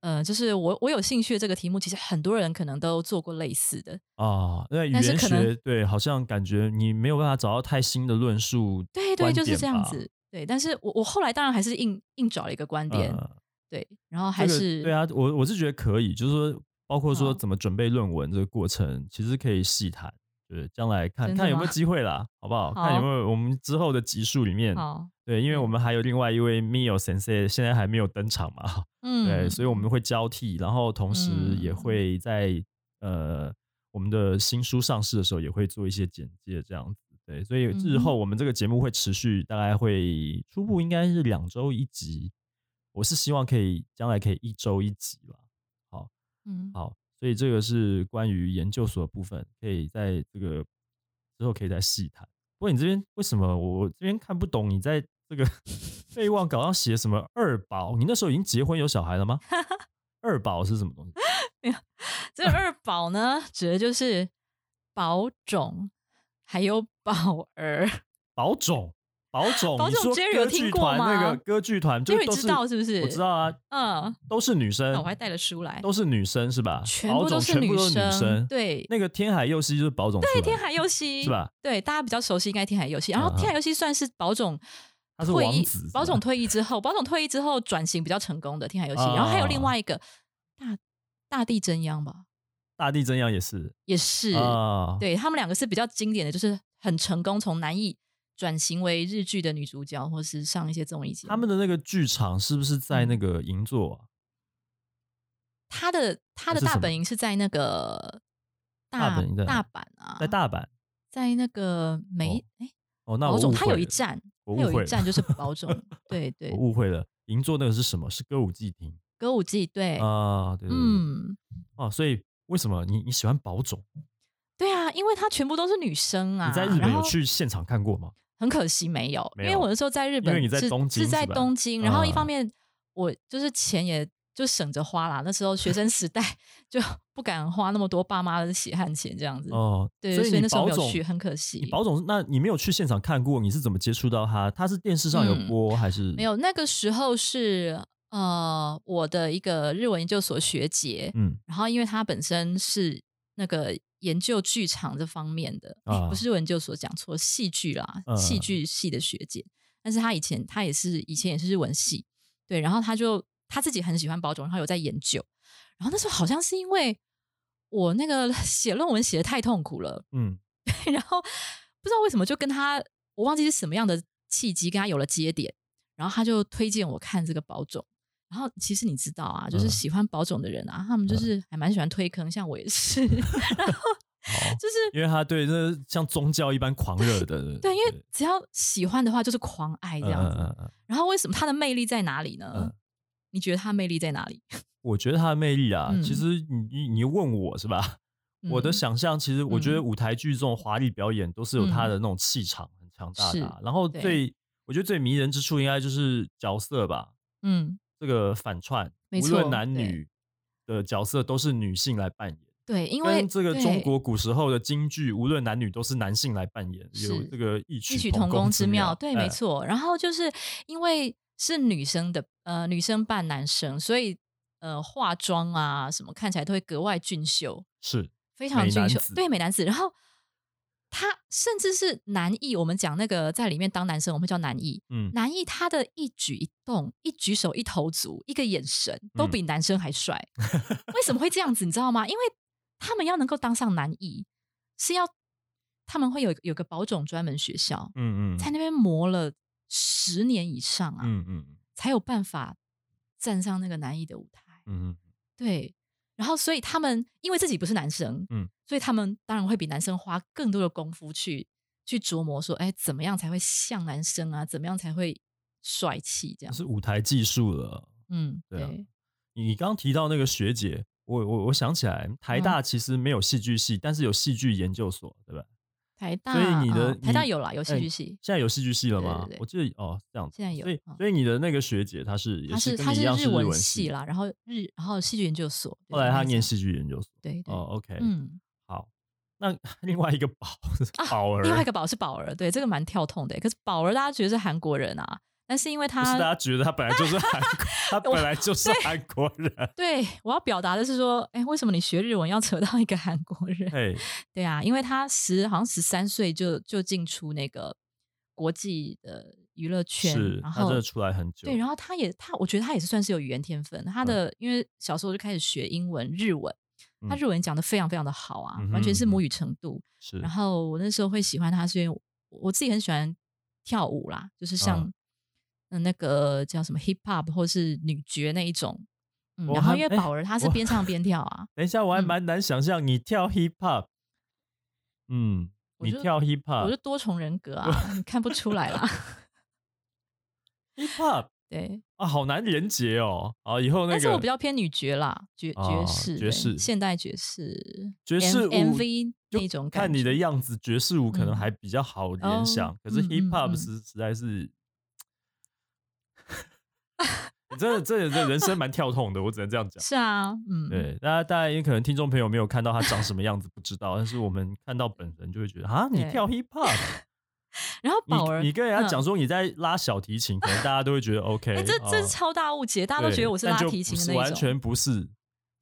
S2: 呃，就是我我有兴趣的这个题目，其实很多人可能都做过类似的，
S1: 啊，那语
S2: 但是
S1: 言
S2: 可能
S1: 学对，好像感觉你没有办法找到太新的论述
S2: 对对，
S1: 观
S2: 就是
S1: 点
S2: 这样
S1: 吧
S2: 子，对。嗯但是我我后来当然还是硬硬找了一个观点，
S1: 呃
S2: 对，然后还
S1: 这个
S2: 是、
S1: 对啊，我我是觉得可以，就是说，包括说
S2: 嗯
S1: 怎么准备论文这个过程，其实可以细谈，对，将来看
S2: 真的
S1: 看有没有
S2: 吗
S1: 机会啦，好不好？看有
S2: 好
S1: 没有我们之后的集数里面，
S2: 好，
S1: 对，因为
S2: 嗯
S1: 我们还有另外一位 Mio Sensei 现在还没有登场嘛， <laughs>
S2: 嗯，
S1: 对，所以我们会交替，然后同时也
S2: 嗯
S1: 会在、呃我们的新书上市的时候也会做一些简介，这样子。对，所以日
S2: 嗯哼
S1: 后我们这个节目会持续，大概会初步应该是两周一集。我是希望可以将来可以一周一集吧。
S2: 嗯，
S1: 好，所以这个是关于研究所的部分，可以在这个之后可以再细谈。不过你这边为什么我我这边看不懂？你在这
S2: <laughs>
S1: 个备忘稿上写什么二宝？你那时候已经结婚有小孩了
S2: <laughs>
S1: 吗？二宝是什么东西？
S2: 这二宝呢，指的就是宝种，还有宝儿。
S1: 宝冢，宝冢，
S2: 宝
S1: 你
S2: 冢
S1: 说
S2: Jerry
S1: 歌
S2: 有
S1: 剧
S2: 听过
S1: 团那
S2: 吗
S1: 个歌剧团就
S2: Jerry
S1: 都
S2: 知道是不是
S1: 我知道啊，
S2: 嗯，
S1: 都是女生
S2: 那我，还带了书来，
S1: 都是女生是吧？
S2: 全
S1: 宝
S2: 部
S1: 冢
S2: 都是
S1: 全部都是女
S2: 生。
S1: 生。
S2: 对，
S1: 那个天海佑希就是宝冢出来的，
S2: 对天海佑希
S1: 是吧？
S2: 对，大家比较熟悉应该天海佑希。然
S1: 嗯
S2: 后
S1: 嗯
S2: 天海佑希算是宝种
S1: 他是
S2: 退
S1: 王
S2: 役
S1: 子是，
S2: 宝
S1: 吧 <laughs>
S2: 种退役之后，宝种退役之后转型比较成功的天海佑希。
S1: 啊
S2: 然后还有另外一个大大地真央吧，
S1: 大地真央也是
S2: 也是，
S1: 啊，
S2: 对他们两个是比较经典的，就是很成功从男艺转型为日剧的女主角，或是上一些综艺节目。
S1: 他们的那个剧场是不是在
S2: 嗯
S1: 那个银座啊？
S2: 他的他
S1: 那
S2: 的
S1: 是
S2: 大
S1: 什么
S2: 本营是在那个
S1: 大本营在哪
S2: 大阪啊，
S1: 在大阪？
S2: 在那个梅哎
S1: 哦，那
S2: 宝
S1: 我误
S2: 冢，
S1: 会
S2: 他有一
S1: 了，
S2: 站，
S1: 我
S2: 他
S1: 误
S2: 有
S1: 会
S2: 一
S1: 了
S2: 站就是
S1: <laughs>
S2: 宝冢，对对
S1: 我，误会了。银座那个是什么？是歌舞伎町
S2: 歌舞伎对，
S1: 啊？对对对，
S2: 嗯，
S1: 哦，所以为什么你你喜欢宝冢？
S2: 对啊，因为他全部都是女生啊，
S1: 你在日本
S2: 然
S1: 有
S2: 后
S1: 去现场看过吗？
S2: 很可惜没有，
S1: 没
S2: 因为
S1: 有
S2: 我那时候在日
S1: 因为
S2: 本是，
S1: 你在东京
S2: 是在
S1: 是吧
S2: 东京，然后一
S1: 啊
S2: 方面我就是钱也就省着花啦，那时候学生时代就不敢花那么多爸妈的血汗钱这样子，
S1: 哦，
S2: 对
S1: 所以
S2: 所以
S1: 你
S2: 那时候
S1: 宝
S2: 没有
S1: 冢
S2: 去很可惜
S1: 你宝冢，那你没有去现场看过，你是怎么接触到他？他是电视上有
S2: 嗯
S1: 播还是
S2: 没？有，那个时候是呃，我的一个日文研究所学姐，
S1: 嗯
S2: 然后因为她本身是那个研究剧场这方面的，诶
S1: 啊
S2: 不是日文研究所讲错，戏剧啦，
S1: 嗯
S2: 戏
S1: 嗯
S2: 剧系的学姐，但是她以前她也是以前也是日文系，对，然后她就她自己很喜欢宝冢，然后有在研究，然后那时候好像是因为我那个 <laughs> 写论文写的太痛苦了，
S1: 嗯，
S2: <laughs> 然后不知道为什么就跟他，我忘记是什么样的契机跟他有了接点，然后他就推荐我看这个宝冢。然后其实你知道啊，就是
S1: 嗯 <laughs>
S2: 喜欢宝冢的人啊，他们就是还蛮喜欢推坑，像我也是。然后 <laughs> 就是
S1: 因为他对这像宗教一般狂热的，
S2: 对，因为只要喜欢的话就是狂爱这样子。
S1: 嗯嗯嗯
S2: 然后为什么他的魅力在哪里呢？
S1: 嗯
S2: 你觉得他魅力在哪里？
S1: 我觉得他的魅力啊，
S2: 嗯
S1: 其实你你你问我是吧？我的
S2: 嗯嗯
S1: 想象其实我觉得舞台剧这种华丽表演都是有它的那种气场很强大的啊、然后
S2: 对
S1: 最我觉得最迷人之处应该就是角色吧，
S2: 嗯，
S1: 这个反串，
S2: 没
S1: 无
S2: 错
S1: 论男女的角色都是女性来扮演。
S2: 对，因为
S1: 跟这个
S2: 对
S1: 中国古时候的京剧，无论男女都是男性来扮演，
S2: 是
S1: 有这个异
S2: 异曲
S1: 曲
S2: 同
S1: 工
S2: 之
S1: 妙。
S2: 对，没
S1: 哎，
S2: 错。然后就是因为是女生的，呃，女生扮男生，所以呃，化妆啊什么看起来都会格外俊秀，
S1: 是
S2: 非常
S1: 美
S2: 俊
S1: 男
S2: 秀，
S1: 子
S2: 对，美男子。然后他甚至是男艺，我们讲那个在里面当男生，我们叫男艺。
S1: 嗯，
S2: 男艺他的一举一动、一举手、一投足、一个眼神，都
S1: 嗯
S2: 比男生
S1: <laughs>
S2: 还帅。为什么会这样子？你知道吗？因为他们要能够当上男艺，是要他们会有有个保种专门学校，
S1: 嗯嗯，
S2: 在那边磨了十年以上啊，
S1: 嗯嗯
S2: 才有办法站上那个男艺的舞台。
S1: 嗯嗯
S2: 对，然后所以他们因为自己不是男生，
S1: 嗯
S2: 嗯，所以他们当然会比男生花更多的功夫去去琢磨说，哎，怎么样才会像男生啊？怎么样才会帅气？
S1: 嗯，
S2: 这样，
S1: 是舞台技术了。
S2: 嗯，
S1: 对啊
S2: 对，
S1: 你你刚刚提到那个学姐，我我我想起来，台
S2: 嗯
S1: 大其实没有戏剧系，但是有戏剧研究所，对吧？
S2: 台大，
S1: 所以你的
S2: 嗯台大
S1: 你
S2: 有啦，有戏
S1: 哎
S2: 剧系，
S1: 现在有戏剧系了吗？
S2: 对对对
S1: 我记得哦，这样子。
S2: 现在有
S1: 所以
S2: 嗯
S1: 所以你的那个学姐她是也
S2: 他
S1: 是跟
S2: 他
S1: 你一
S2: 是
S1: 样
S2: 日
S1: 日
S2: 文系
S1: 系，
S2: 啦，然后日然后戏剧研究所，对
S1: 后来她
S2: 那
S1: 念
S2: 种
S1: 戏剧研究所。
S2: 对对，
S1: 哦，OK，
S2: 嗯，啊
S1: 好。那另外一个宝宝儿，
S2: 另外一个宝是宝儿，对，这个蛮跳痛的，可是宝儿大家觉得是韩国人啊，但是因为
S1: 不是大
S2: 他
S1: 家觉得他本来就是韩
S2: <laughs>
S1: 国，他本来就是韩国人。
S2: 对我要表达的是说，哎，为什么你学日文要扯到一个韩
S1: <laughs>
S2: 国人？
S1: 哎，
S2: 对啊，因为他十好像十三岁就就进出那个国际的娱乐圈，
S1: 是
S2: 然
S1: 他真
S2: 后
S1: 的出来很久。
S2: 对，然后他也他我觉得他也是算是有语言天分，他的、因为小时候就开始学英文、日文，他
S1: 嗯
S2: 日文讲的非常非常的好啊，
S1: 嗯哼
S2: 完全是母
S1: 嗯哼
S2: 语程度。
S1: 是
S2: 然后我那时候会喜欢他，是因为我我自己很喜欢跳舞啦，就是像
S1: 嗯
S2: 嗯那个叫什么 hip hop 或是女爵那一种。嗯，
S1: 我
S2: 然后
S1: 还
S2: 因为
S1: 哎
S2: 宝儿他是
S1: 我
S2: 边唱边跳啊，
S1: 等一下，我还
S2: 嗯
S1: 蛮难想象你跳 hip hop。嗯，
S2: 我
S1: 你
S2: 就
S1: 跳 hip
S2: 我
S1: hop
S2: 是多重人格啊，你看不出来
S1: <laughs>
S2: 啦。
S1: hip hop
S2: 对，
S1: 啊，好难连结哦。啊，以后那
S2: 但是我
S1: 个
S2: 比较偏女爵啦，爵
S1: 哦
S2: 爵士、
S1: 爵
S2: 对
S1: 士
S2: 现代爵士、
S1: 爵士
S2: M-
S1: 舞
S2: MV
S1: 就
S2: 那种感觉。
S1: 看你的样子，爵士舞可能
S2: 嗯
S1: 还比较好联
S2: 哦
S1: 想，可是
S2: 嗯
S1: hip
S2: 嗯
S1: hop
S2: 嗯
S1: 实实在
S2: <laughs>
S1: 是，你真的，这这人生蛮跳痛的，我只能这样讲。
S2: <laughs> 是啊，嗯，
S1: 对，大家大家也可能听众朋友没有看到他长什么样子，不知道，但是我们看到本人就会觉得啊，你
S2: 对
S1: 跳 hip hop，
S2: 然后宝儿，
S1: 你你跟人家讲
S2: 嗯，
S1: 说你在拉小提琴，可能大家都会觉得 OK，
S2: 哎、这这
S1: 哦
S2: 是超大误解，大家都觉
S1: 对
S2: 得我是
S1: 但
S2: 拉
S1: 就
S2: 提
S1: 不
S2: 琴的
S1: 是
S2: 那一种，
S1: 完全不是，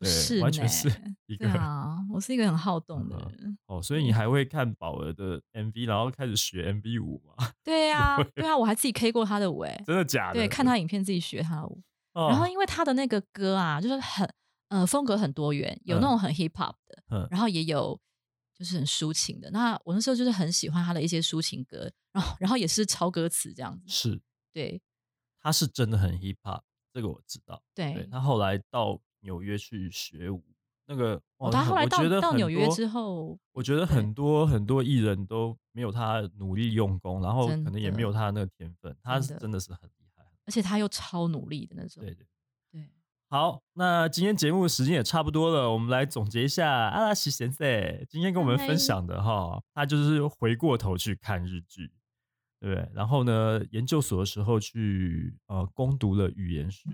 S1: 对，
S2: 是
S1: 完全
S2: 呢
S1: 是一个
S2: 对啊，我是一个很好动的
S1: 嗯
S2: 人，
S1: 哦，所以你还会看宝儿的 MV，然后开始学 MV 舞吗？ <laughs>
S2: 对啊，对啊，我还自己 K 过他的舞、哎，
S1: 真的假的？嗯
S2: 对，看他影片自己学他的舞，
S1: 哦，
S2: 然后因为他的那个歌啊，就是很呃风格很多元，有
S1: 嗯
S2: 那种很 hip hop 的，
S1: 嗯
S2: 然后也有就是很抒情的。那我那时候就是很喜欢他的一些抒情歌，然后然后也是抄歌词这样子。
S1: 是
S2: 对
S1: 他是真的很 hip hop，这个我知道。对
S2: 对，
S1: 他后来到纽约去学舞，那个
S2: 哦
S1: 哦
S2: 他后来
S1: 我
S2: 到
S1: 觉得
S2: 到
S1: 很
S2: 纽约
S1: 多
S2: 之后
S1: 我觉得
S2: 对
S1: 很多很多艺人都没有他努力用功，然后
S2: 真
S1: 可能也没
S2: 的
S1: 有他那个天分，他
S2: 真
S1: 是
S2: 的
S1: 真的是很厉害。
S2: 而且他又超努力的那种。
S1: 对对。
S2: 对
S1: 好，那今天节目时间也差不多了，我们来总结一下阿拉西先生今天跟我们分享的哈，他就是回过头去看日剧，对不对？然后呢，研究所的时候去呃攻读了语言学，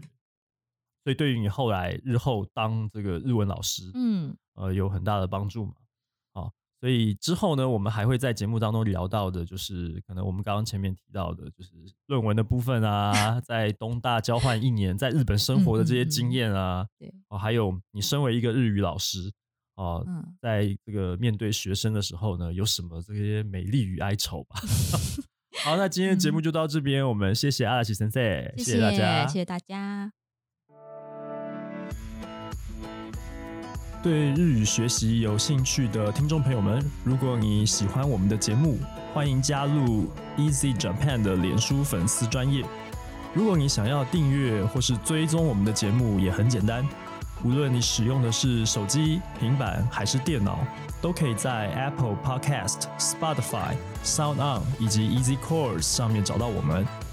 S1: 所以对于你后来日后当这个日文老师，
S2: 嗯，
S1: 呃，有很大的帮助嘛。好，所以之后呢，我们还会在节目当中聊到的，就是可能我们刚刚前面提到的，就是论文的部分啊，在东大交换一年，在日本生活的这些经验啊，
S2: 嗯嗯嗯嗯对
S1: 哦，还有你身为一个日语老师哦。
S2: 嗯，
S1: 在这个面对学生的时候呢，有什么这些美丽与哀愁
S2: <laughs>
S1: 吧？ <laughs> 好，那今天的节目就到这边，我们谢谢阿拉奇先生，谢
S2: 嗯谢
S1: 大家，
S2: 谢谢大家。
S1: 对日语学习有兴趣的听众朋友们，如果你喜欢我们的节目，欢迎加入 Easy Japan 的脸书粉丝专业。如果你想要订阅或是追踪我们的节目，也很简单，无论你使用的是手机、平板还是电脑，都可以在 Apple Podcast、Spotify、Sound On 以及 Easy Course 上面找到我们。